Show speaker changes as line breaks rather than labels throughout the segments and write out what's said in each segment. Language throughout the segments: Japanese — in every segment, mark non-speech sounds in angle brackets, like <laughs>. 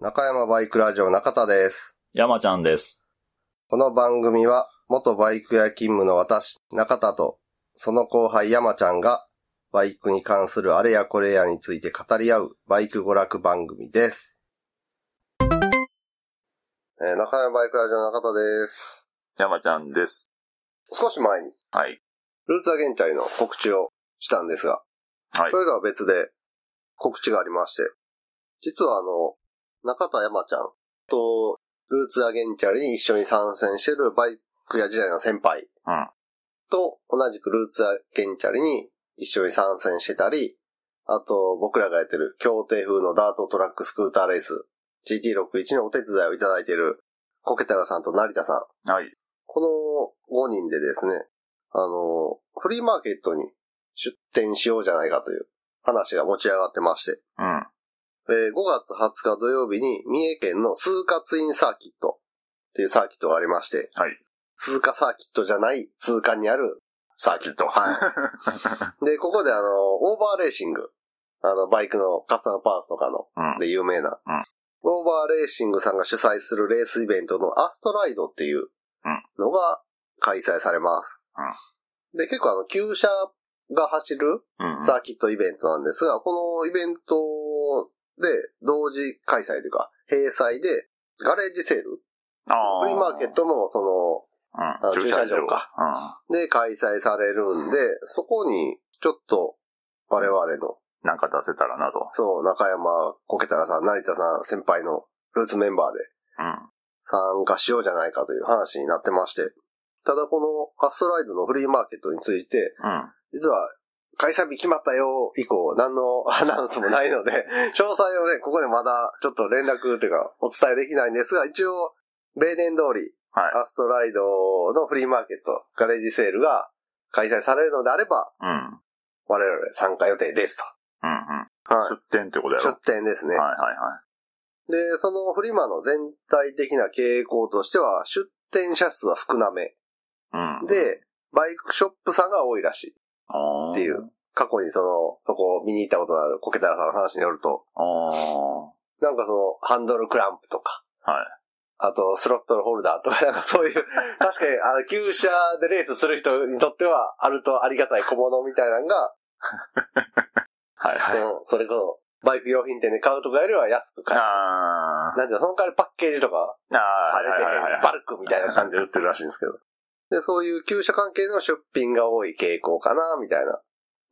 中山バイクラジオ中田です。
山ちゃんです。
この番組は、元バイク屋勤務の私、中田と、その後輩山ちゃんが、バイクに関するあれやこれやについて語り合う、バイク娯楽番組です。えー中山バイクラジオ中田です。
山ちゃんです。
少し前に、
はい。
ルーツアゲンチャイの告知をしたんですが、
はい
そ。れとは別で告知がありまして、実はあの、中田山ちゃんとルーツアゲンチャリに一緒に参戦してるバイクや時代の先輩
うん
と同じくルーツアゲンチャリに一緒に参戦してたり、あと僕らがやってる協定風のダートトラックスクーターレース GT61 のお手伝いをいただいているコケタラさんと成田さん
はい。
この5人でですね、あの、フリーマーケットに出店しようじゃないかという話が持ち上がってまして、
<laughs> うん。
えー5月20日土曜日に三重県の鈴鹿ツインサーキットっていうサーキットがありまして、
はい
鈴鹿サーキットじゃない鈴鹿にあるサーキット。はい。で、ここであの、オーバーレーシング、あの、バイクのカスタムパーツとかの
うん。
で有名な、
うん
オーバーレーシングさんが主催するレースイベントのアストライドっていうのが開催されます。で、結構あの、旧車が走る
うん。
サーキットイベントなんですが、このイベントで同時開催というか、閉催で、ガレージセール
あ
フリーマーケットもそ
うん。
駐車場
か。
の、で開催されるんで、そこにちょっと我々の
うん。なんか出せたらなと。
そう、中山、こけたらさん、成田さん、先輩のルーツメンバーで
う
参加しようじゃないかという話になってまして、ただこのアストライドのフリーマーケットについて、
ん。うん。
実は開催日決まったよ以降、何のアナウンスもないので、 <laughs> 詳細をね、ここでまだちょっと連絡というかお伝えできないんですが、一応、例年通り、
はい
アストライドのフリーマーケット、ガレージセールが開催されるのであれば、
うん。
我々参加予定です
うん。うん。
と。は
出店ってこと
い。
や
出
ろ。
店ですね。
はいはいは
で、そのフリマの全体的な傾向としては、出店者数は少なめ。
い。うん。
で、バイクショップさんが多いらしい。
あー、
っていう過去にその、そこを見に行ったことのあるコケタラさんの話によると、
あー
なんかその、ハンドルクランプとか、
はい。
あと、スロットルホルダーとか、なん <laughs> かそういう、確かに、あの、旧車でレースする人にとっては、あるとありがたい小物みたいなのが、
はい
そ
はい。
の、それこそ、バイク用品店で買うとかよりは安く買える。
あー
なんていうのその代わりパッケージとか、
あー。
さ
は
れ
い
て
はいはい
へん、バルクみたいな感じで売ってるらしいんですけど。で、そういう旧車関係の出品が多い傾向かな、みたいな。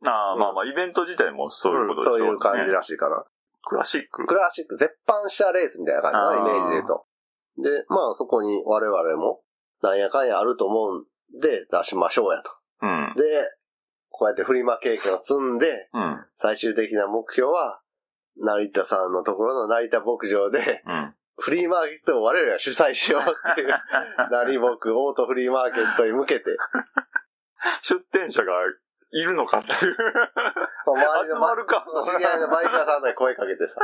あーまあまあ、イベント自体もそういうことでしょ
そういう感じ
ね。
らしいから。
クラシック。
クラシック、絶版車レースみたいな感
あ
じ
ー
な、イメージで言うと。で、まあそこに我々も、なんやかんやあると思うんで、出しましょうやと。
うん。
で、こうやってフリマ経験を積んで、
うん。
最終的な目標は、成田さんのところの成田牧場で、 <laughs>
うん。
フリーマーケットを我々は主催しようって
<laughs>
いう、成僕オートフリーマーケットに向けて、
出店者がいるのかっていう。
まあ周り
<laughs> 集
の
まるか。
知り合いのバイカーさんとかに声かけてさ。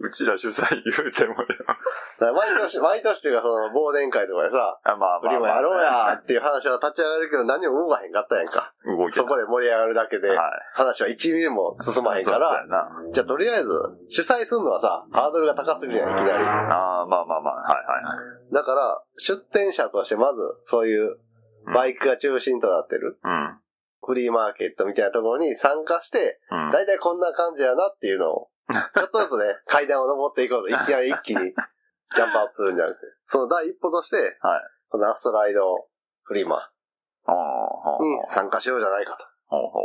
うちら主催言うても
だ
よ。
から毎年、毎年っていうかその忘年会とかでさ、
あ、まあ
フリもやろうやーっていう話は立ち上がるけど何も動かへんかったやんか。
動 <laughs> いて
そこで盛り上がるだけで
はい。、
話は1ミリも進まへんか
そう
ら、
やな。
じゃあとりあえず主催するのはさ、ハードルが高すぎるやん、いきなり。
ああ、まあまあまあ。はいはいはい。
だから、出店者としてまず、そういうバイクが中心となってる、フリーマーケットみたいなところに参加して、
うん。うん。
だいたいこんな感じやなっていう
<laughs>
のを、ちょっとずつね、階段を登っていこうと、いきなり一気にジャンプアップするんじゃなくて、その第一歩として、
はい
このアストライドフリーマ
ああ、
ーに
ほう
参加しようじゃないか
ほうほ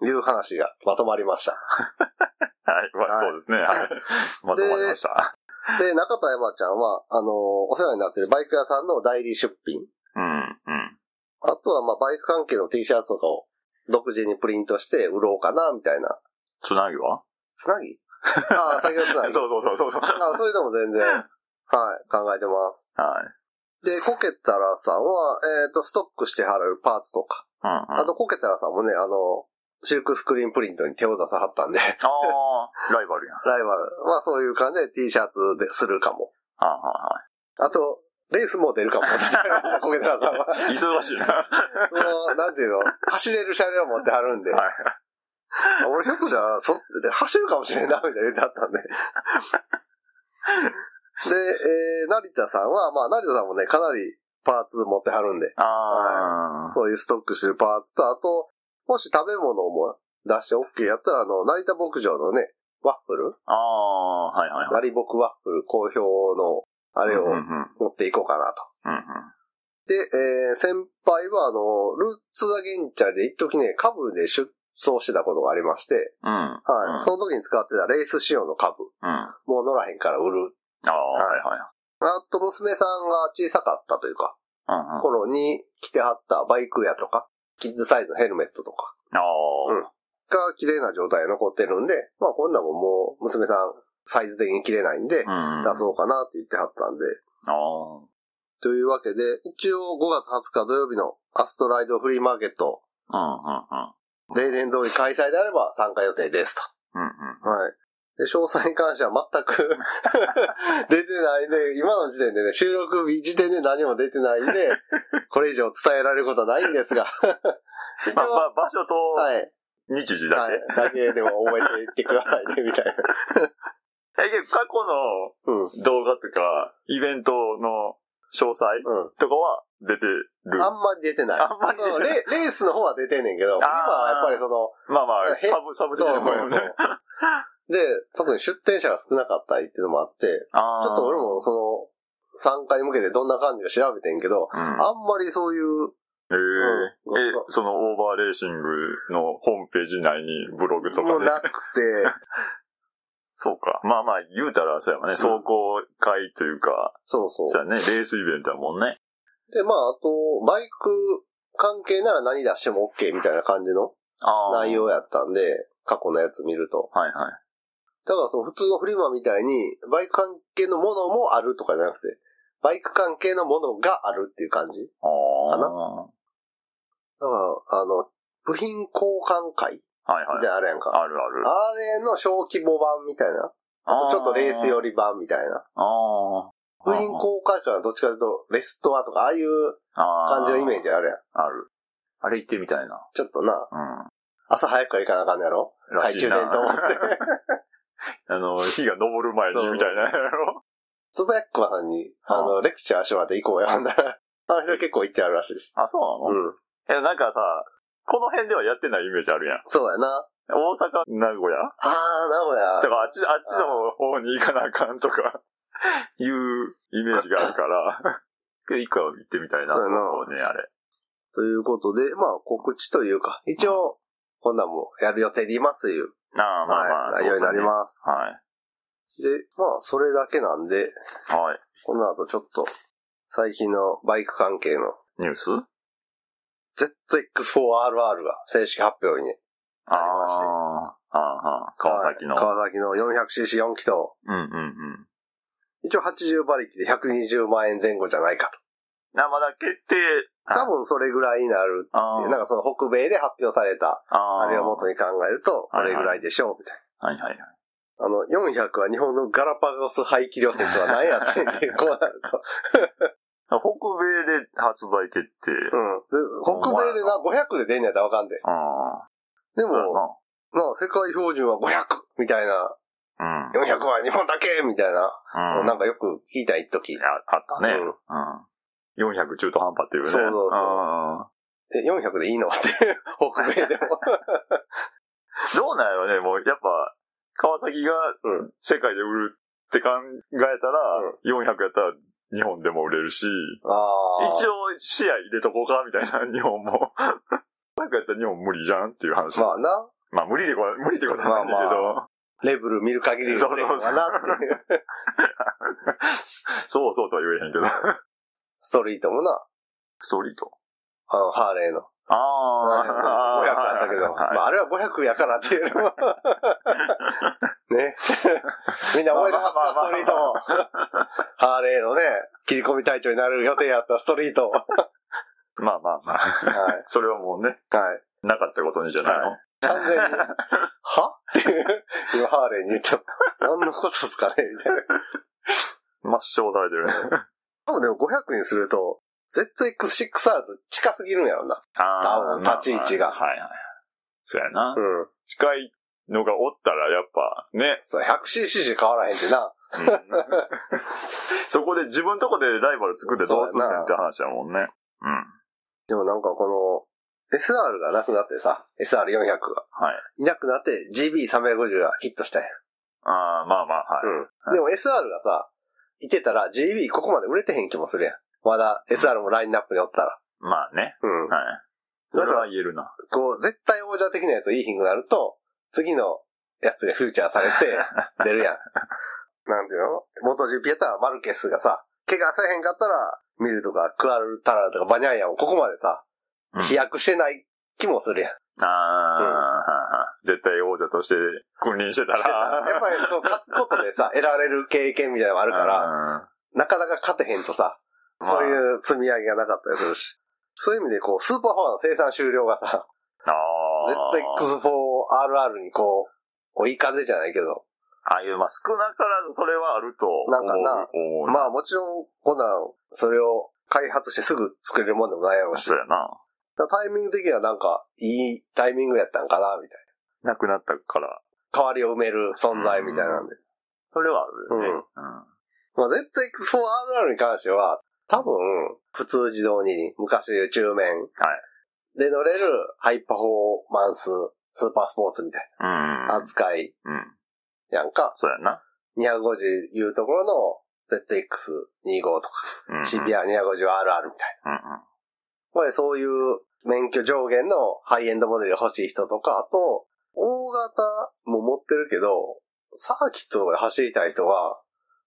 う
という話がまとまりました。
ほう。はい、まあ
はい
そうですね。
<laughs>
はい。まとまりました。
で、中田山ちゃんは、あのお世話になってるバイク屋さんの代理出品、
うん、うん。
あとはまあバイク関係の T シャツとかを独自にプリントして売ろうかな、みたいな。
つなぎは
つな
<laughs>
ぎああ、先ほどつなぎ。
そうそうそうそう。
あそれでも全然、はい、考えてます。
はい。
で、コケタラさんは、えっ、と、ストックしてはるパーツとか。
うん、うん。
あと、コケタラさんもね、あの、シルクスクリーンプリントに手を出さはったんで、ライ
ああ、ライバルやん。
バルはそういう感じで T シャツでするかも。
はいは
あと、レースも出る
<laughs>
かも。コケタラさんは。
いはい。忙しいな。は
その、なんていうの、走れる車両持ってはるんで、
い。
俺ひょっとしたら、そ、で走るかもしれんな、みたいな言ってはったんで。えー、成田さんは、まあ、成田さんもね、かなりパーツ持ってはるんで、
ああ。
そういうストックしてるパーツと、あと、もし食べ物も出して OK やったら、あの、成田牧場のね、ワッフル
ああ、はいはいはい。
成牧ワッフル好評の、あれを
うんうんうん。
持っていこうかなと。
うんうん
で、えー、先輩は、あの、ルーツ・ザ・ゲンチャリで一時ね、株で出走してたことがありまして、
うん。うん。
はい。
うん
その時に使ってたレース仕様の株、
あ
もう乗らへんから売る。
あ、はいはい。
あと、娘さんが小さかったというか、
うんうん。
頃に着てはったバイクやとか、キッズサイズのヘルメットとか
ああ。
うんが綺麗な状態で残ってるんで、まあこんなんももう娘さんサイズ的に着れないんで、
うん。
出そうかなって言ってはったんで、
ああ。
というわけで、一応5月20日土曜日のアストライドフリーマーケット、
うんうんう
例
ん。
年通り開催であれば参加予定です
うんうん。
と。はい。で、詳細に関しては全く <laughs> 出てないんで、今の時点でね、収録日時点で何も出てないんで、これ以上伝えられることはないんです
<laughs>
が、一
まあ、ま
応、
あ場所と
はい。
日時だ
はい
け。。
だけでも覚えていってくださいね、みたいな。
え、けど過去の
うん。
動画とか、イベントの詳細
う
とかは出てる。
ん。あんまり出てない。
あんまり出てない
そのレレースの方は出てんねんけど、今はやっぱりその、
まあま
へ
あ、サブ、サブ的なもんですね。
そう。で、特に出店者が少なかったりっていうのもあって、ち
ああ
ょっと俺もその、参加に向けてどんな感じか調べてんけど、
うん
あんまりそういう、
え
う
ー
ん
え、そのオーバーレーシングのホームページ内にブログと
も
か
う
で。
なくて、
<laughs> そうか。まあまあ、言うたら、そうやわね。走行会というか、
そうそ
そう
う。
やね、レースイベントやもんね。
で、まあ、あと、バイク関係なら何出しても OK みたいな感じの
あ
内容やったんで、過去のやつ見ると。
はいはい。
だからその普通のフリマみたいに、バイク関係のものもあるとかじゃなくて、バイク関係のものがあるっていう感じ。
あ
かな
あ。
だから、あの、部品交換会
はいはい
で。あるやんか。
あるある。
あれの小規模版みたいな。
あー
ちょっとレース寄。り版みたいな。
ああ。
部品交換会はどっちかというと、レストアとか、ああいう感
感
じのイメージあるやん。
ある。あれ行ってみたいな。
ちょっとな、
う
朝早くから行かなあかんのやろ
ん。ら
懐
しい
中
な。
電灯持って。
<laughs> あの、日が昇る前にみたいなやろ。
つばやっこさんに、あ
あ
の、レクチャーしてもらって行こうよ。ほんならあの人結構行ってあるらしい。
<laughs> あ、そううなの
ん。
え、なんかさ、この辺ではやってないイメージあるやん。
そうやな。
大阪、名古屋
ああ、名古
だか
屋。
らあっち、あっちの方に行かなあかんとか、 <laughs> いうイメージがあるから、
<laughs>
けど一回は行ってみたいなと思うね、あれ。
ということで、まあ、告知というか、一応、こんなんもやる予定でいますという、
ああ、まあまあ、
はい、内容になり
す。
ます。
はい。
で、まあ、それだけなんで、
はい。
この後ちょっと、最近のバイク関係の
ニュース
ZX4RR が正式発表にね
あ
りまして
あ、ああ、川崎の。
川崎の 400cc4 気筒。
うんうんうん。
一応80馬力で120万円前後じゃないかと。
あ、まだ決定。
多分それぐらいになるって
ああ
いう。なんかその北米で発表された、
あ
あれを元に考えると、こ
はいはい
れぐらいでしょう、みたい
はいはいはい。
な。あの、400は日本のガラパゴス排気量説は何やってんね
<laughs>
ん、こうなると。
北米で発売決定。
うん。で北米でな、500で出んねやったらわかんで。
ああ。
で
そう
も、なあ、世界標準は500みたいな、
やな。うん。
400は日本だけみたいな、
うん。
なんかよく聞いた一時。
ああったね。
うん
うん。400中途半端っていうね。
そうそうそう
うんん
え、400でいいのって、北米で
<laughs>
も。
どうなんやろね、もうやっぱ、川崎が
うん
世界で売るって考えたら、400やったら日本でも売れるし、
<laughs> あ
一応試合入れとこうか、みたいな、 <laughs> 日本も。500やったら日本無理じゃんっていう話。まあ、
まあな、
無理でこ、無理ってことはないんだけど、
レブル見る限りのレブルだなっていう。
そうそうとは言えへんけど。
ストリートもな、
ストリート。
あの、ハーレーの。
あ
500
あ。
やったけど、
はい
まああれは500やからっていうのもね。 <laughs> みんな覚えてます
ま
か、
あ
ス
まあまあ
トリートを。ハーレーのね、切り込み隊長になる予定やったストリートを。は
まあまあまあ。
い。はい。
それはもうね、なかったことにじゃないの、
完全に、はっていう、今ハーレーに言った。何のことですかねみたいな。
真っ正体でね。
多分でも500にすると、ZX6R と近すぎるんやろな。
あ
多分立ち位置が
はいはい。そうやな。
うん。
近いのがおったらやっぱ、ね。
そう、100cc しか変わらへんってな。
<laughs> そこで自分とこでライバル作ってどうすんねんって話やもんね。うん。
でもなんかこの、SR がなくなってさ、SR400 が。
はい。
いなくなって GB350 がヒットしたんや。
ああ、まあまあ、はい。
うん。でも SR がさ、いてたら GB ここまで売れてへん気もするやん。まだ SR もラインナップにおったら。
まあね。
うん。
はい。それは言えるな。
こう、絶対王者的なやついい品になると、次のやつがフューチャーされ <laughs> て出るやん。なんていうの元 GP やったらマルケスがさ、怪我せへんかったら、ミルとかクアルタラとかバニャイアンをここまでさ
うん、
飛躍してない気もするやん。
ああ、はいはい絶対王者として君臨してた
してた
ら。
やっぱりこう勝つことでさ、得られる経験みたいなのもあるから、
ら。
なかなか勝てへんとさ、そう
う。
いう積み上げがなかったりするし。そういう意味でこう、スーパーフォアの生産終了がさ、
あ
絶
あ。
対 X4RR にこう、追い風じゃないけど、
ああいう、まあ少なからずそれはあると思う。
なんかな
思う
まあもちろん、こんなん、それを開発してすぐ作れるもんでもないやろうし、
そうやな。
だからタイミング的にはなんか、いいタイミングやったんかな、みたいな。
なくなったから。
代わりを埋める存在みたいなんで。
それはあるよね。
まあ絶対 X4RR に関しては、多分、普通自動に昔でいう中面で乗れるハイパフォーマンス、スーパースポーツみたい
うん。
な
はい。うん。
扱い
うん。
やんか、
そうやな。
250いうところの ZX25 とか、
うんうん。
シビア 250RR みたいな。
うんうん。
これそういう免許上限のハイエンドモデルが欲しい人とか、あと、大型も持ってるけど、サーキットとかで走りたい人は、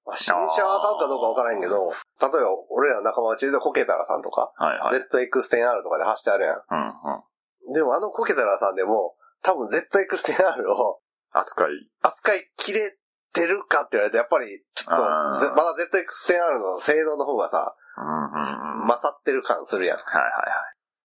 まあ新車はあかんかどうかわからんけど、例えば俺らの仲間内でコケタラさんとか、
はいはい。
ZX10R とかで走ってあるや
うんうん。
ん。でもあのコケタラさんでも、多分 ZX10R を
扱い。
扱い切れてるかって言われると、やっぱり、ちょっ
あー
とぜ、まだ ZX10R の性能の方がさ、
うんうんうん。はい
勝ってる感するやん。
はいはい。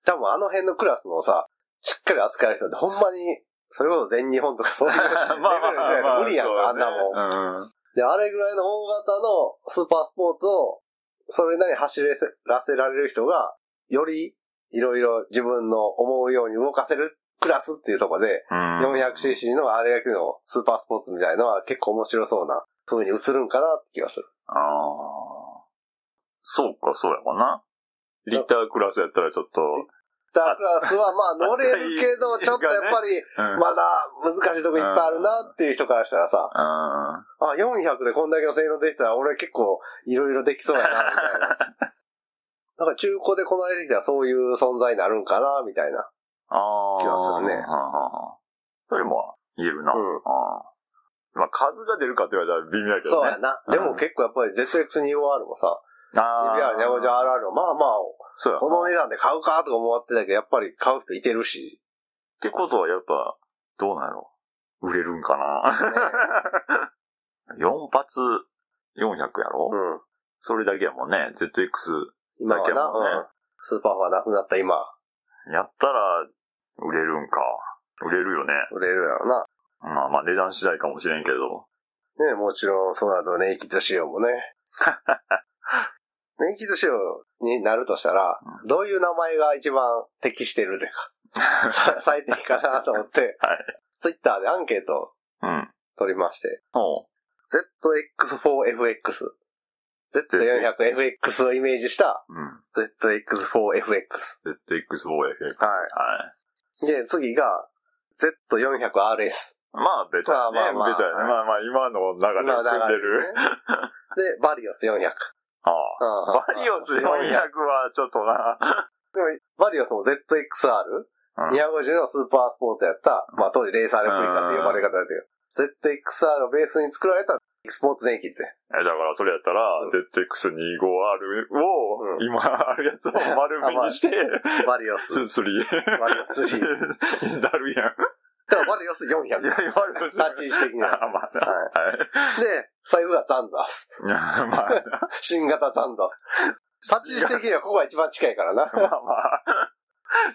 多分あの辺のクラスのさ、しっかり扱える人ってほんまに、それこそ全日本とか
<laughs>
そういうレベルじ
まあ
ゃないと無理やんか、あんなもん。
もん。うん。
で、あれぐらいの大型のスーパースポーツを、それなりに走らせられる人が、より、いろいろ自分の思うように動かせるクラスっていうところで、400cc のあれだけのスーパースポーツみたいのは結構面白そうな風に映るんかなって気がする。
ああ。そうか、そうやわな。リッタークラスやったらちょっと、
ダークラスは
<laughs>
まあ乗れるけど、ちょっとやっぱり、
うん。
まだ難しいとこいっぱいあるなっていう人からしたらさ、
あ
あ、400でこんだけの性能できたら俺結構いろいろできそうやな、みたい
<laughs>
な。なんか中古でこなれてきたらそういう存在になるんかな、みたいな。
あー。
気がするね
はあはあそれも言えるな。
うん
あーまあ、数が出るかって言われたら微妙やけど
そう
ね。
やな。
うん
でも結構やっぱり ZX25R もさ、
あ
CBR250RR もまあま
そうや
あ、
な。
この値段で買うかとか思ってたけど、やっぱり買う人いてるし。
ってことはやっぱ、どうなんやろ売れるんか <laughs> な、?4 発400やろ、
うん。
それだけやもんね。ZX
今は
だけや
な、
もんね
うんスーパーファーなくなった今、
やったら売れるんか。売れるよね。
売れるやろな。
まあまあ値段次第かもしれんけど。
ねもちろん、その後ネイキッド仕様
<laughs>
もね。ネイキッド仕様になるとしたら、どういう名前が一番適してるというか、さ最適かなと思って、
<laughs> はい
ツイッターでアンケートを
うん。
取りまして、
おう
ZX4FX、Z400FX をイメージした
うん。
ZX4FX。
ZX4FX。
は
はい。
い。で、次が Z400RS。
まあ、ベタやね。
まあまあまあ
ベタや
は
ね。
い
まあまあ、今の流れ
今
で組んで
流
る。
れで、バリオス400。
ああ。
うん
バリオス400はちょっとな。
でもバリオスも ZXR?
うん
250のスーパースポーツやった、まあ当時レーサーレプリカと呼ばれ方だけど、ZXR をベースに作られたスポーツ電気って。
えだから、それやったら、
うん
ZX25R を、
うん
今あるやつを丸めにして、
バリオス。
<laughs> ススリー。
バリオス3。だ
<laughs> だるや
からバリオス400。
ん。いや、
立
丸め
ち位置的には。
あ、まあな。
は
はい。
で、最後がザンザス。
いや、まあな。
新型ザンザス。立ち位置的にはここが一番近いからな。
まあ
<laughs>
まあ。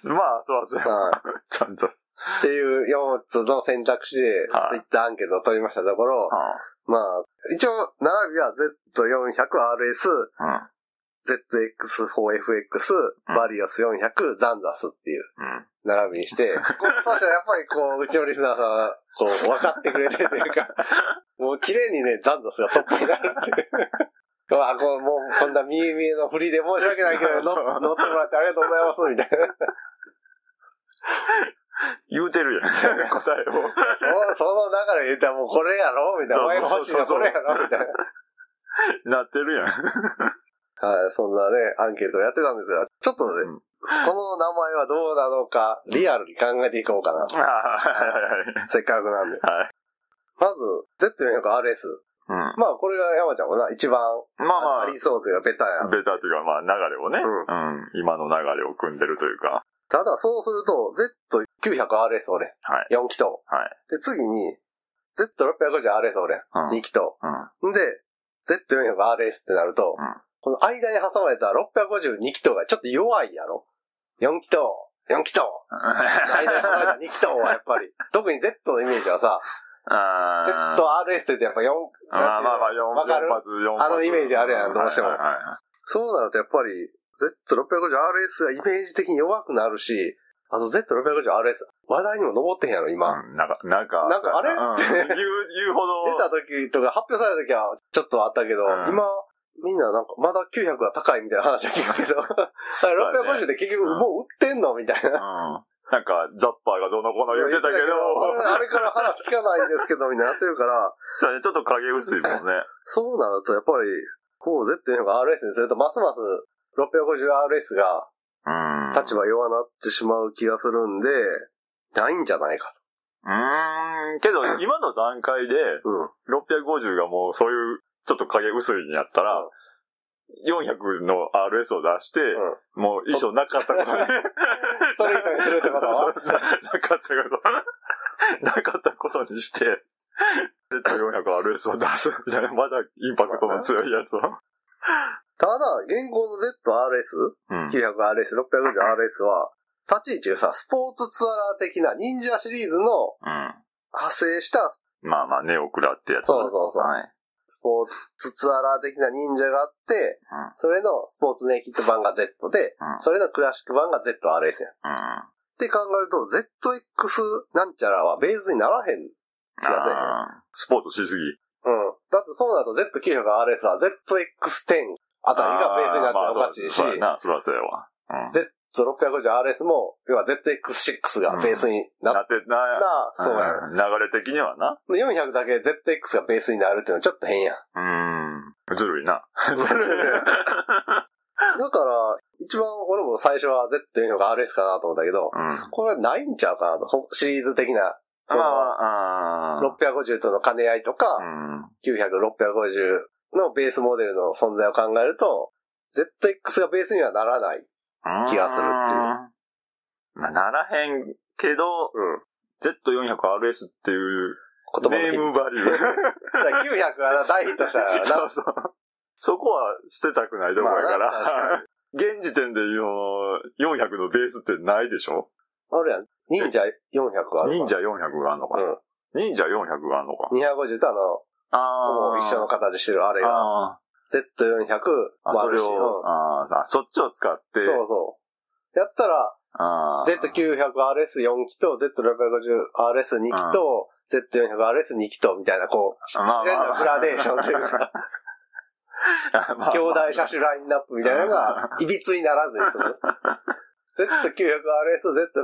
まあ、そうそう。
は
ちゃんと。
いっていう4つの選択肢で、
はい
ツイッターアンケートを取りましたところ、まあ、一応、並びは Z400RS、
うん。うん。う
ZX4FX、
ん
バリオス400、ザンザスっていう並びにして、そうしたらやっぱりこう、うちのリスナーさんは、こう、分かってくれてるというか、 <laughs> もう綺麗にね、ザンザスがトップになるっていう。 <laughs> うわ、こう、もう、こんな見え見えの振りで申し訳ないけど、乗
<laughs> そう
乗ってもらってありがとうございます、みたい
<laughs>
な。
言うてる
<laughs>
じゃん、答えを。
そう、その中で言ったらもうこれやろみたいな。お前が欲しいのはこれやろみたいな。
なってるやん。
はい、そんなね、アンケートをやってたんですが、ちょっとね、
うん
この名前はどうなのか、リアルに考えていこうかな。
ああはいはいはい
せっかくなんで。
はい
まず、Z400RS。
うん。
まあ、これが山ちゃんもな、一番
まあま
あ
あ、
りそうというか、ベタや。
ベタというか、まあ流れをね、うん、今の流れを組んでるというか、
ただ、そうすると、Z900RS 俺、
はい
4気筒。
はい
で、次に、Z650RS 俺、
うん。
2気筒。
うん。
で、Z400RS ってなると、
うん
この間に挟まれた652気筒がちょっと弱いやろ ?4 気筒 !4 気筒間に挟まれた2気筒はやっぱ
<laughs>
り。特に Z のイメージはさ、
あ
ZRS
あ
って言ってやっぱ4、
まあまあまあ、4
わかる
発、4発。
あのイメージあるやんどうしても
はいはいは
そうなるとやっぱり Z650RS がイメージ的に弱くなるし、あと Z650RS、話題にも上ってへんやろ、今。
いうんなんか、なんか、
なんかあれ
うん言う、言うほど。
出た時とか発表された時はちょっとあったけど、
うん
今、みんななんか、まだ900が高いみたいな話は聞くけ
<laughs>
ど、あれ
そうだね
650で結局もう売ってんのみたいな。
うん。なんか、ザッパーがどうのこうの言ってたけど、
あれから話聞かないんですけど、みたいになってるから、
そうね、ちょっと影薄いもんね。
そうなるとやっぱり、こう Z っていうのが RS にすると、ますます 650RS が
うん。
立場弱なってしまう気がするんで、ないんじゃないか
うーん、けど、今の段階で、
と。うん。
650がもうそういう、ちょっと影薄いになったら、400の RS を出して、もう衣装なかったことね。
ストリートに <laughs> するってこと
そう
は
ななかった
<laughs>
こと。なかったことにして、Z400RS を出すみたいな、まだインパクトの強いやつを。
ただ、現行の ZRS、
うん。
900RS、650RS は、立ち位置がさ、スポーツツアラー的な忍者シリーズの派生した、
まあまあ、ネオクラってやつ。
そうそうそう
はい。
スポーツツアラー的な忍者があって、
うん
それのスポーツネイキッド版が Z で、
うん
それのクラシック版が ZRS やん。っ
うん。
て考えると、ZX なんちゃらはベースにならへん。うん。気がせえへん
あースポートしすぎ。
だってそうなると Z900RS は ZX10 あたりがベースになって
あーまあ
おかしいし、
そうそうやな、そらそうやわ。うん
Z650RS も、要は ZX6 がベースにな
な
っ
って、な
た、そうやん。
ん流れ的にはな。
400だけ ZX がベースになるっていうのはちょっと変
<laughs>
やん。
うん。ずるいな。
<laughs> だから、一番俺も最初は Z いうのが RS かなと思ったけど、 <laughs>
うん。
これないんちゃうかなと。ほシリーズ的な
まあ、あー
650との兼ね合いとか、
うん。
900、650のベースモデルの存在を考えると、ZX がベースにはならない。気がするっていう
う。まあ、ならへんけど、
うん。
Z400RS っていう
言葉
ネー
の
ムバリュー。 <laughs>
900は大ヒットしたからな。
そうそう。そこは捨てたくないとこやから。
まあな確
現時点で言うの400のベースってないでしょ
あるやん。忍者400ある
忍者400があんのかな、忍者400があんのか
250とあの、ほ
あ
ぼ
あ。
一緒の形してるあれが、
ああ。
Z400、
あ、そ
割る
れ
しうん
を、あーあ、そっちを使って、
そうそう。やったら、
ああ。
Z900RS4 機と Z650RS2 機と Z400RS2 機とみたいな、こう、
まあまあ
自然なグラ
<laughs>
デーションというか、 <laughs> 兄弟車種ラインナップみたいなのが、いびつにならずに済む。Z900RS、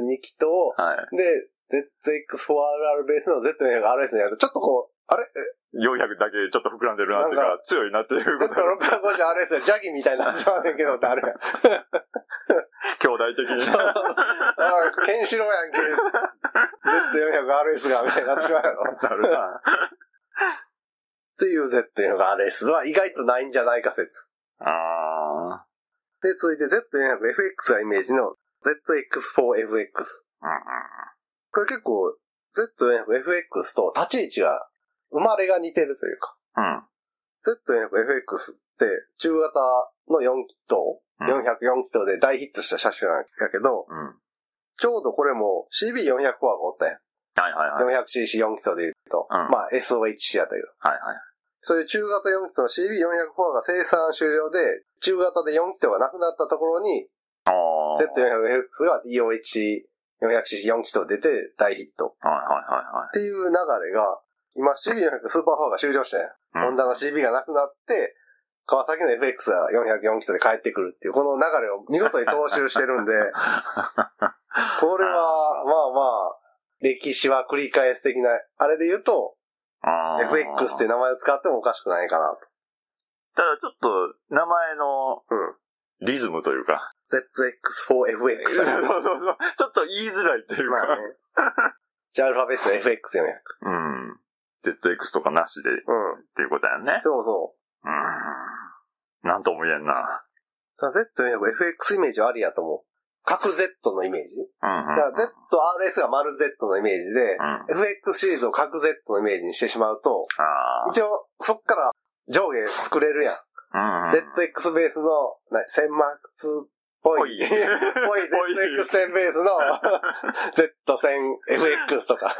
Z650RS2 機と、
はい。
で、ZX4RR ベースの Z400RS にやると、ちょっとこう、あれえ
400だけちょっと膨らんでるなっていう
なん
か、強いなっていうこと。
?Z650RS ジャギみたいになっちまうねんけどってあるやん。
<laughs> 兄弟的に。
ああ、ケンシロウやんけ。Z400RS が、みたいになっちまうやろ。
なるな。
っていう Z っていうのが RS は意外とないんじゃないか説。
あ
で、続いて Z400FX がイメージの ZX4FX。
ー。
これ結構 Z400FX と立ち位置が生まれが似てるというか。
うん。うん。
Z400FX って中型の4気筒、
うん
404気筒で大ヒットした車種なんやけど、
うん。
ちょうどこれも CB400 はおったやん。
はいはいはい。
400cc4 気筒で言うと、
うん
まあ SOHC やったけど。
はいはい。
そういう中型4機との CB400 フォアが生産終了で、中型で4機とがなくなったところに、
あー。
Z400FX が DOH4 400cc4 気筒出て大ヒット。
はいはいは
っていう流れが、今 CB400 スーパーファーが終了したやん。
うん
ホンダの CB がなくなって、川崎の FX が404基礎で帰ってくるっていう、この流れを見事に踏襲してるんで、
<laughs>
これは、まあまあ、歴史は繰り返す的な、あれで言うと、
いはい。 <laughs> あー
FX って名前を使ってもおかしくないかなと。
ただちょっと、名前
う
の
ん。
リズムというか。そう
ZX4FX。
そうそう。ちょっと言いづらいという
まあ
か。
ね。じゃあアルファベットの FX よね。
うん。ZX とかなしでっ
うん。
ていうことやんね。
そうそう。
うん。なんとも言えんな。
さあ Z400、FX イメージはありやと思う。角 Z のイメージ
うん、うん。
だから ZRS が丸 Z のイメージで
う、ん。あ
FX シリーズを角 Z のイメージにしてしまうと、
あ
一応、そっから上下作れるやん。
ー。うん。
ZX ベースの、な、1000マーク2っぽい、
<laughs> ぽ
<laughs>
い
ぽい ZX1000 ベー
<laughs>
スの Z1000FX とか。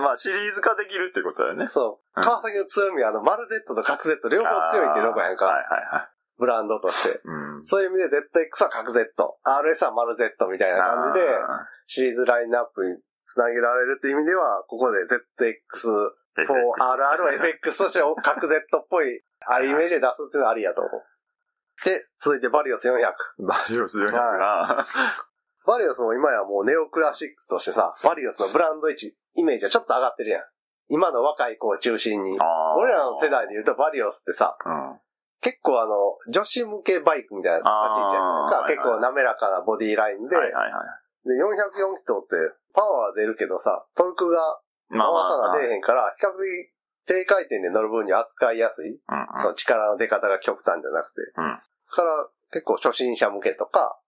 まあ、シリーズ化できるってことだよね。
そう。
うん
川崎の強みは、あの、丸 Z と角 Z 両方強いっていうとこやん
はい
か。
はいはい。
ブランドとして。
うん。
そういう意味で ZX は角 Z、RS は丸 Z みたいな感じで、シリーズラインナップにつなげられるっていう意味では、ここで ZX
で
こう、RR は
<laughs>
FX として角 Z っぽい、あれイメージで出すっていうのはありやと思う。で、続いてバリオス400。
バリオス400が、
バリオスも今やもうネオクラシックとしてさ、バリオスのブランド位置、イメージはちょっと上がってるやん。今の若い子を中心に
あ。ー
俺らの世代で言うとバリオスってさ、
うん。
結構あの、女子向けバイクみたいな立ち位置やんさ
あー
結構滑らかなボディラインで、
はいはいはい。
で、404気筒ってパワーは出るけどさ、トルクが回
まあまあ
さな出えへんから、比較的低回転で乗る分に扱いやすい。
うんうん
その力の出方が極端じゃなくて。
うん
から、結構初心者向けとか、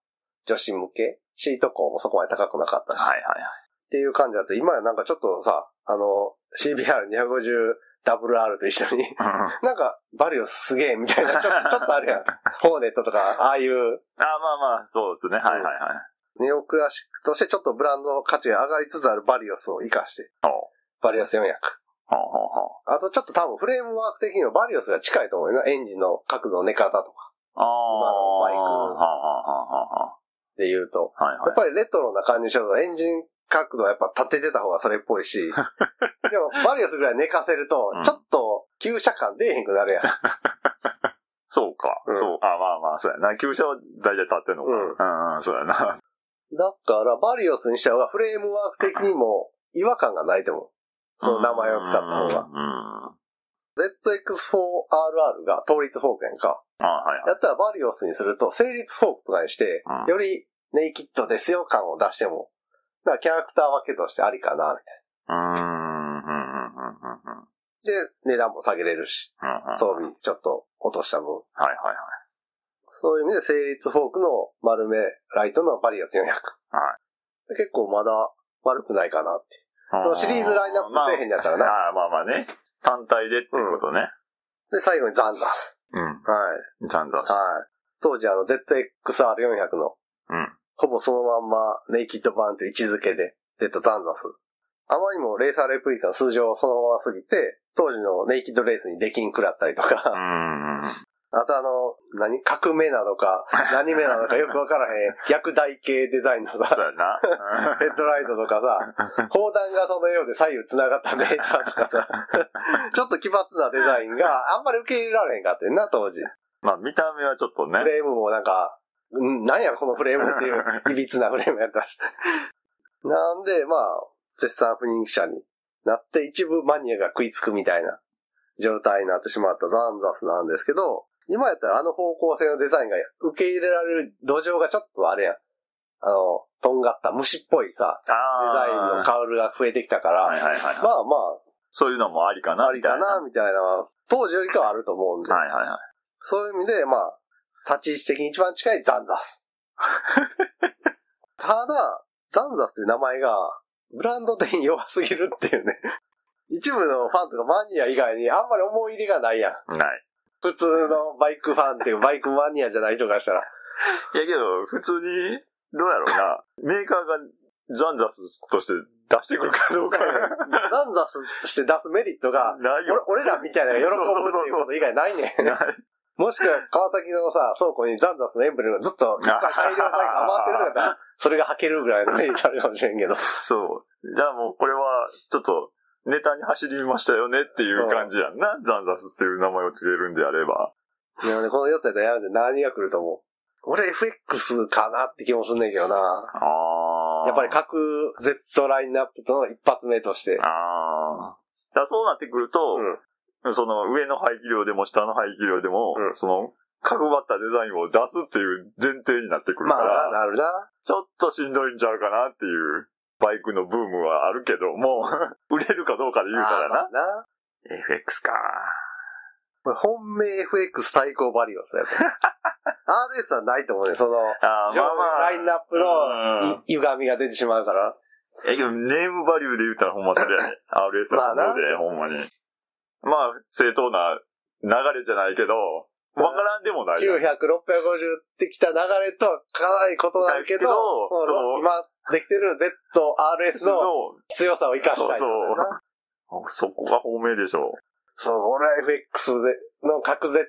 女子向け、シート高もそこまで高くなかったし、
はいはい
っていう感じだと、今やなんかちょっとさ、あの、CBR250WR と一緒に、 <laughs>
はい。
なんか、バリオスすげえみたいな、
<laughs>
ちょちょっとあるやん。ホーネットとか、ああいう、
あーまあまあ、そうですね。はいはいはい。
ネオクラシックとしてちょっとブランドの価値が上がりつつあるバリオスを活かして、
おう
バリオス400。
ほうほうほう。
あとちょっと多分フレームワーク的にもバリオスが近いと思うよな。エンジンの角度の寝方とか
ああ。
バイク
はあはあは
で言うと。
あはあ。はい
や
は
っ
い。
ぱりレトロな感じにしようとエンジン角度はやっぱ立ててた方がそれっぽい
<laughs>
し。でもバリオスぐらい寝かせると
うん、
ちょっと急車感出えへんくなるやん。
そうか。
うん
そう。あまあまあ、そうやな。旧車は大体立ってんのか。
うん
うんうん、そうやな。
だからバリオスにした方がフレームワーク的にも違和感がないと思う。その名前を使った方が。
うん。うん
ZX4RR が倒立フォークやんか。
あはいはい。
だったらバリオスにすると、成立フォークとかにして
うん、
よりネイキッドですよ感を出しても、だからキャラクター分けとしてありかな、み
うーん。うんうんうんうんうん
たいな。で、値段も下げれるし、
うんうん
装備ちょっと落とした分。
はいはいはい。
そういう意味で、成立フォークの丸めライトのバリオス400。はい。結構まだ悪くないかなって。
そ
そのシリーズラインナップせえへんやったらな
ああ、まあまあね。単体でってことね。
で、最後にザンダース。
うん。
はい。
ちゃんと。
はい。当時あの ZXR400 の、
うん
ほぼそのまんまネイキッド版という位置づけで出たザンザス。あまりにもレーサーレプリカの数乗をそのまますぎて、当時のネイキッドレースに出禁食らったりと
う <laughs>
か、
ん。
あとあの、何革命なの
<laughs>
か、何目なのかよくわからへん、逆台形デザインの
そう
さ、<laughs>
やな。
ヘッドライトとか
<laughs>
さ、砲弾型のようで左右繋がったメーターとかさ、ちょっと奇抜なデザインがあんまり受け入れられへんかってんな、当時。
まあ見た目はちょっとね
フ。レームもなんか、んなんやこのフレームって
<laughs>
いう、いびつなフレームやったし。なんで、まあ、絶賛不人気者になって一部マニアが食いつくみたいな状態になってしまったザンザスなんですけど、今やったらあの方向性のデザインが受け入れられる土壌がちょっとあれやん。あの、とんがった虫っぽいさ、デザインの
ああ。
カウルが増えてきたから、
はいはい
ま
は
あま
い。そういうのもありかな。
あ、ありかな、
み
みたいな、当時よりかはあると思うんで
たいな。、はいはいはい。
そういう意味で、まあ、立ち位置的に一番近いザンザス。 <laughs> ただ、ザンザスって名前が、ブランド的に弱すぎるっていうね。一部のファンとかマニア以外にあんまり思い入れがないやん。
ない。
普通のバイクファンっていうバイクマニアじゃない人からしたら。
いやけど、普通に、どうやろうな。メーカーがザンザスとして出してくるかどうか。
ザンザスとして出すメリットが、
<laughs> ないよ。
俺俺らみたいな喜ぶっていうこと以外ないねん。
ない。
もしくは川崎のさ、倉庫にザンザスのエンブレムがずっといっぱい大量のサイが余ってるとかだったら、それが履けるぐらいのメリットあるかもしれんけど。
そう。じゃあもうこれは、ちょっと、ネタに走りましたよねっていう感じやんな。ザンザスっていう名前をつけるんであれば。
いやね、この4つやったらやめて何が来ると思う。俺 FX かなって気もすんねんけどな。
あー
やっぱり各 Z ラインナップとの一発目として。
ああ。だからそうなってくると、
うん
その上の排気量でも下の排気量でも、
うん
その、角張ったデザインを出すっていう前提になってくるか
ま
ら、
あ、なるな。
ちょっとしんどいんちゃうかなっていう、バイクのブームはあるけども、
<laughs>
売れるかどうかで言うから
あ
な
ー。まあな。
FX か。
これ本命 FX 対抗バリオスやと思う RS はないと思うね、その、
あーまあまあ。
ラインナップ
うん
のい歪みが出てしまうから。
え、けど、ネームバリューで言ったらほんまそれや
<laughs>
ね。RS
まあ
は
な
そうで、ほんまに。まあ、正当な流れじゃないけど、わからんでもないやん。
900、650ってきた流れとはかなり異なるけど、
だけど
うん
その
今できてる ZRS の
の
強さを生かしたい。
そうそう。そこが本命でしょう。
そう、俺は FX での各 Z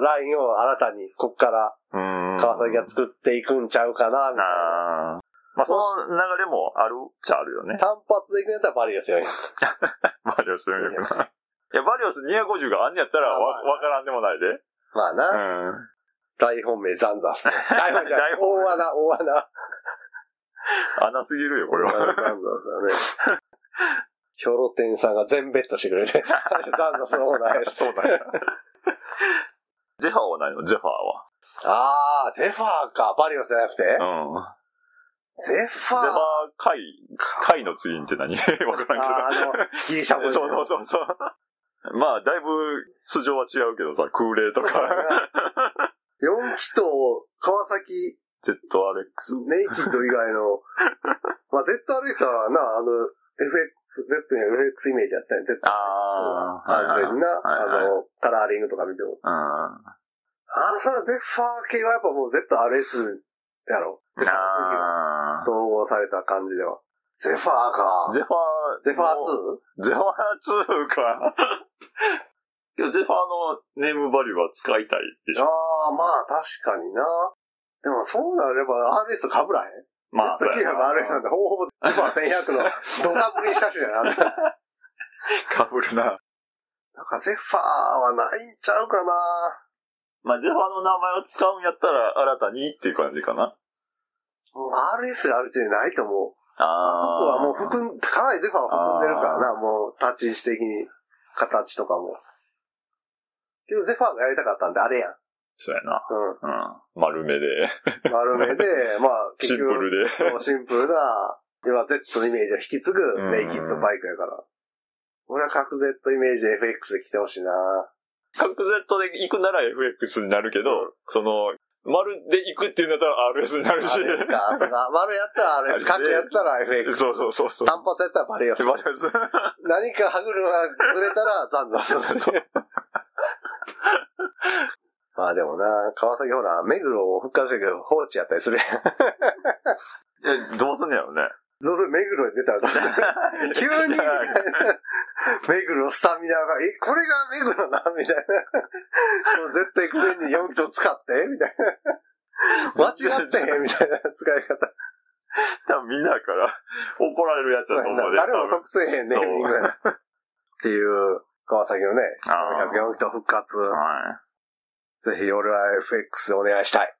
ラインを新たに、こっから
うーん。
川崎が作っていくんちゃうかな、みたいな。
なあ。まあ、その流れもあるっちゃあるよね。
単発でいくんやったらバリですよね。
バリオス400な。いや、バリオス250があんねやったらわ、
まあま
わからんでもないで。
まあな。
うん。
大本命ザンザス。
<laughs>
大本命じゃない
大本命
大穴、大穴。
穴すぎるよ、こ
<laughs>
れ
ザ
は。
ンザスだね。ヒョロテンさんが全ベッドしてくれ
<laughs>
て、あれザンザスのオーナーやし。
そうだよ。 <laughs> ジェファーはないのジェファーは。
あー、ゼファーか。バリオスじゃなくて
うん。
ゼファ
ゼ
ー
ファー貝、貝のツインって何 <laughs> わから
あ
んけ
ーあの、ギリシャ
ど。
文
<laughs> そうそうそうそう。まあ、だいぶ、素性は違うけどさ、空冷と
そうだ
か、 <laughs>
4気筒、川崎
ZRX。
ネイキッド以外
<laughs>
の、まあ、ZRX はな、あの、FX、Z には FX イメージあったよね、Z。
あー
完全にな、
はいはい
あの、カラーリングとか見ても。
うん。
ああ、それはゼッファー系はやっぱもう ZRS やろ。ゼッファー
あ
と統合された感じでは。ゼッファー
ー
か。
ゼファー。
ゼッファー 2?
2? ゼファー2か。 <laughs> いや、ゼファーのネームバリューは使いたいでしょ。
ああ、まあ確かにな。でもそうなれば RS と被らへん
まあ、
次
や
は RS なんてほぼほぼゼッファー1100のドダブリ車種や
<laughs>
な。
かぶるな。
なんかゼッファーはないんちゃうかな。
まあ、ゼファーの名前を使うんやったら、新たにっていう感じかな。
もう RS がある程度ないと思う。
あ
あそこはもう
む。
含ん、かなりゼファーを含んでるからな、もう立ち位置的に、形とかも。けどゼファーがやりたかったんであれやん。
そうやな。
う
うん。丸目で、
ん。丸め
<laughs>
で、まあ、
シンプルで。
そう、シンプルな、今 Z のイメージを引き継ぐネイキッドバイクやから。俺は各 Z イメージで FX で来てほしいな
角 Z で行くなら FX になるけど、その、丸で行くっていうんだったら RS になるし。
RS か、そうか。丸やったら RS、角やったら FX。
そうそうそうそう。
単発やったらバレよ。
バリューズ。
何か歯車がずれたら、ザンザンする。まあでもな、川崎ほら、目黒を復活したけど放置やったりす <laughs> るやん。
え、どうすんねやろね。
どうせ目黒に出たらどうする、 <laughs> 急にみたいな、目黒スタミナが、え、これが目黒なみたいな。もう絶対行く前に4キロ使ってみたいな。間違ってへんみたいな使い方。
多分みんなから怒られるやつだと思うで。
誰も得せへんね
そう
みたいなっていう、川崎のね、
あー
4キロ復活。
は
ぜひ俺は FX でお願い <laughs> したい。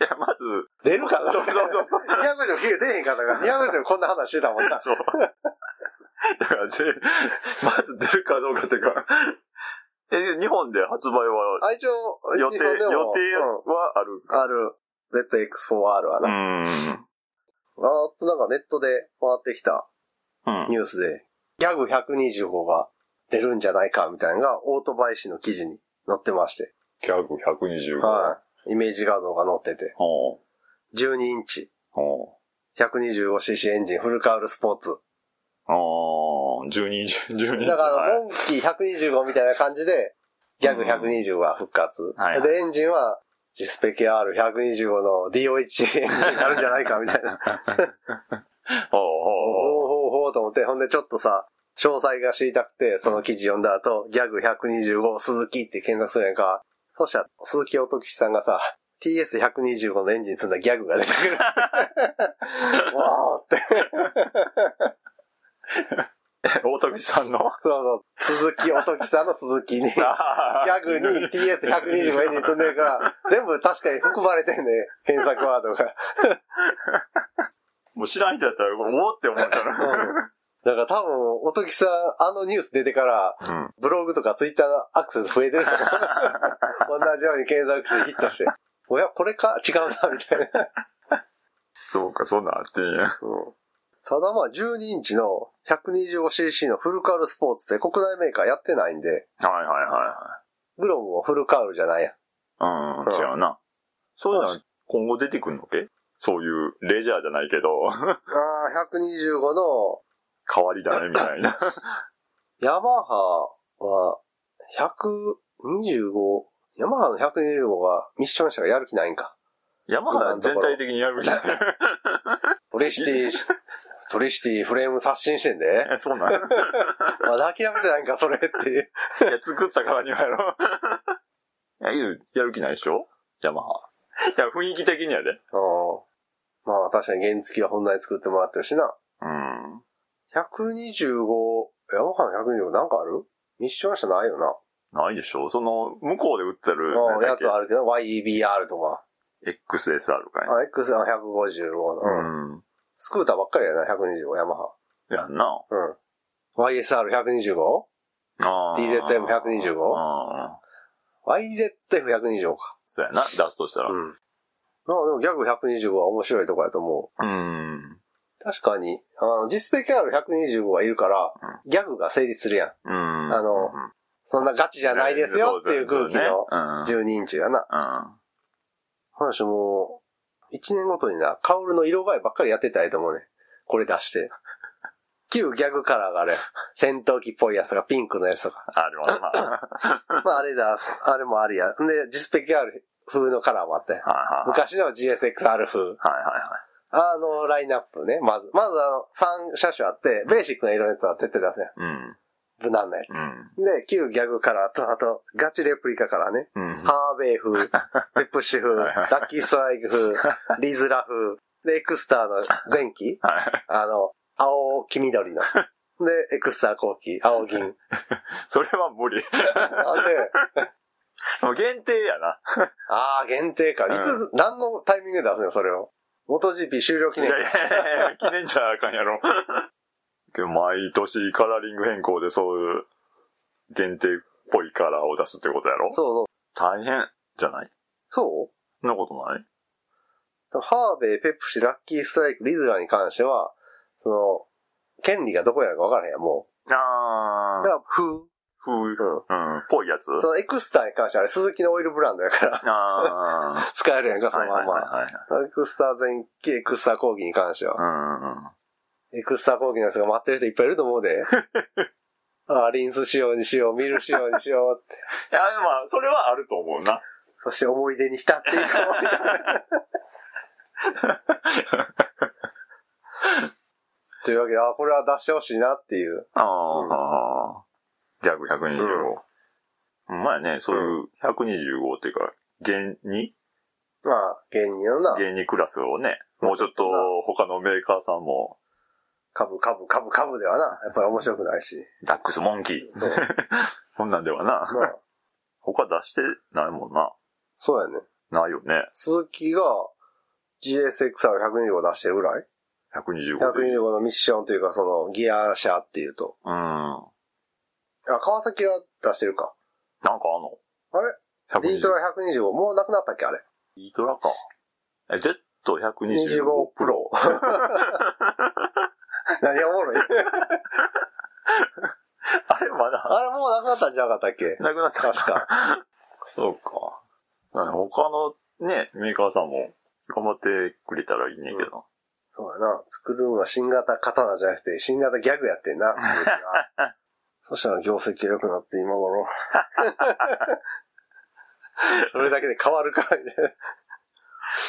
い。いや、まず、
出るか
そうそうそうそう。
250も出へんかったから、250もこんな話してたもんな。
そう。だから、ぜ、まず出るかどうかっていうか、え、日本で発売は、
あ、一応、
予定、
日本でも
予定
うん
はある。
ある、ZX4R はな。あ
ん。
となんかネットで回ってきた
うん。
ニュースで、ギャグ125が出るんじゃないかみたいなのが、オートバイ誌の記事に載ってまして。
ギャグ125。
はい。イメージ画像が載ってて、
ほ
12インチ、
う。ほ
125cc エンジン、フルカウルスポーツ。
う。ああ、12、12
だから、
はい
モンキー125みたいな感じで、ギャグ120は復活。
はい
で、エンジンは、ジスペケ R125 の DOH エンジンになるんじゃないかみたいな。
ほ
ほ
う
う
ほうほう。
ほうほうと思って、ほんでちょっとさ、詳細が知りたくて、その記事読んだ後、ギャグ125鈴木って検索するやんか、そしたら、鈴木おときさんがさ、TS125 のエンジン積んだギャグが出てくる。わーって。
大時さんの
そうそう。鈴木おときさんの鈴木に、ギャグに TS125 エンジン積んでるから、全部確かに含まれてんね。検索ワードが。
<laughs> もう知らん人だったら、おおって思った
そうそう
ら。
だから多分、おときさん、あのニュース出てから、
うん。
ブログとかツイッターのアクセス増えてる人同じように検索してヒットして。おや、これか違うな、みたいな。
そうか、そんなんあってんや。
ただまあ、12インチの 125cc のフルカウルスポーツって国内メーカーやってないんで、
はいは
グロムもフルカウルじゃないやん。
いはい。うん、違うな。そういうのは今後出てくんのけそういうレジャーじゃないけど、 <laughs>
ああ、125の
変わり種みたい <laughs> な。
ヤマハは、125、ヤマハの125はミッション車がやる気ないんか。
ヤマハ全体的にやるみたい
トリシティ、トリシティフレーム刷新してんで。
な。 <laughs> そうなん。い
まだ諦めてないんか、それっていう。 <laughs>
や、作ったからにはやろ。 <laughs> いや、言うやる気ないでしょ
<laughs>
ヤマハ。いや、雰囲気的にはで。
うんまあ確かに原付は本来作ってもらってるしな。
うん。
125、ヤマハの125なんかあるミッション車ないよな。
ないでしょその、向こうで売ってる、
うん、
ね
やつはあるけど、YEBR とか。
XSR かい。
あ、X は155の、うん。
うん。
スクーターばっかりやな、125、ヤマハ。
やんな。
うん。YSR125?
ああ。
DZM125
ああ。
YZF125 か。
そうやな、出すとしたら。
ん。まあでもギャグ125は面白いとこやと思う。
うん。
確かに、あの、実績ある125はいるから、ギャグが成立するやん。
うん。
あの
うん、
そんなガチじゃないですよっていう空気の
の
12インチやな。
う
話もう、1年ごとにな、カオルの色替えばっかりやってたらいいと思うね。これ出して。 <laughs> 旧ギャグカラーがあれ。戦闘機っぽいやつとか、ピンクのやつと <laughs> か。
ん。ありますな。は
まああれだ、あれもありや。んで、実績ある風のカラーもあって
い。はいはい。
昔の GSXR 風。
はいはいはい。
あの、ラインナップね。まず、まずあの、3車種あって、ベーシックな色のやつは絶対出せない。
うん。
無難なや
うん。
つ。で、旧ギャグカラーと、あと、ガチレプリカカラーね。
うん。
ハーベイ
<laughs>
風、ペプシ風、
はいはい
ラッキーストライク
<laughs>
風、リズラ風、で、エクスターの前
<laughs>
期、
はい。
あの、青黄緑の。で、エクスター後期、青銀。なんで、
それは無理。 <laughs> もう限定やな。
あー、限定か。いつ、
う
何のタイミングで出すのそれを。元 GP 終了記
いや
念
いや。いやいや、 <laughs> 記念じゃあかんやろ。けど毎年カラーリング変更でそういう限定っぽいカラーを出すってことやろ
そうそう。
大変じゃない
そ
そんなことないう
ハーベイ、ペプシ、ラッキーストライク、リズラに関しては、その、権利がどこやるか分からへんやん、もう。
あ
だか。ら、風。う
風、うん、
ん。
ぽいやつ。
そのエクスターに関しては、あれ、鈴木のオイルブランドやから、
あ
使えるやんか、 <laughs>
あ。
そのまんま。
はいはい
エクスター前期、エクスター後期に関しては。
は
エクスター後期のやつが待ってる人いっぱいいると思う <laughs> で。ああ、リンス仕様にしよう、ミル仕様にしようって。
い。うん。いや、まあ、それはあると思うな。
そして思い出に浸っていこうみたいな。というわけで、あ、これは出してほしいなっていう。
ああ。ギャグ125。うん、まあね、そういう125っていうか、現に
まあ、芸人のな、
現にクラスをね、もうちょっと他のメーカーさんも、
株、株、株、株ではな、やっぱり面白くないし。
ダックスモンキー。 <laughs>
そう。
そんなんではな。
<laughs> まあ、
他出してないもんな。
そうやね。
ないよね。
鈴木が GSXR125 出してるぐらい
125で。
125のミッションというか、その、ギア車っていうと。
うん。なんか
あ、川崎は出してるか。
あんの
あれ
125
リートラ125、もうなくなったっけあれ。 <laughs>
イトラか。え、Z125
25
プ
プ
ロ
ロ。何がおもろい
<laughs> あれまだ、
あれもうなくなったんじゃなかったっけ
なくなった
確。 <laughs> か。
そうか。だから他のね、メーカーさんも頑張ってくれたらいいねんけど。
そうだな。作るのは新型刀じゃなくて、新型ギャグやってん <laughs> な。鈴木はそしたら業績が良くなって今 <laughs> 頃。それだけで変わるかみたい <laughs> な。
い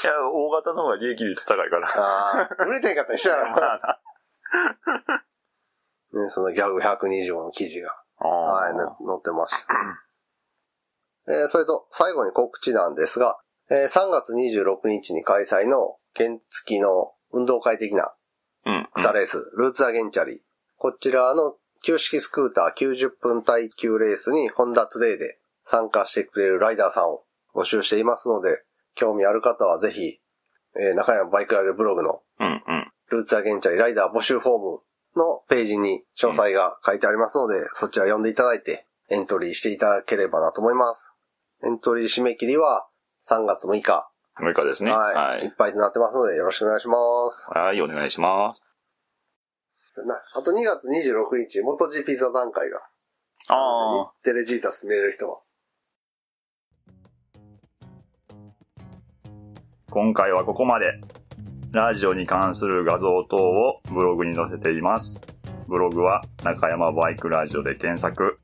や、大型の方が利益率高いから。
ああ。売れてんかったら一緒や
まあ <laughs> な
ろ。ね、そのギャグ125の記事が、
あー
はい、ね載ってました。えーそれと最後に告知なんですが、えー3月26日に開催の原付の運動会的な
うん。
草レース、ルーツアゲンチャリー。こちらの旧式スクーター90分耐久レースにホンダトゥデイで参加してくれるライダーさんを募集していますので、興味ある方はぜひ、えー中山バイクライブブログの
うんうん。
ルーツアゲンチャリライダー募集フォームのページに詳細が書いてありますので、そちら読んでいただいてエントリーしていただければなと思います。エントリー締め切りは3月6日、
6日ですね。
はい、いっ
は
ぱいとなってますのでよろしくお願いします。
い。はい、お願いします。
な、あと2月26日、元 GP 座談会が。
ああ。
テレジータス見れる人は。
今回はここまで。ラジオに関する画像等をブログに載せています。ブログは中山バイクラジオで検索、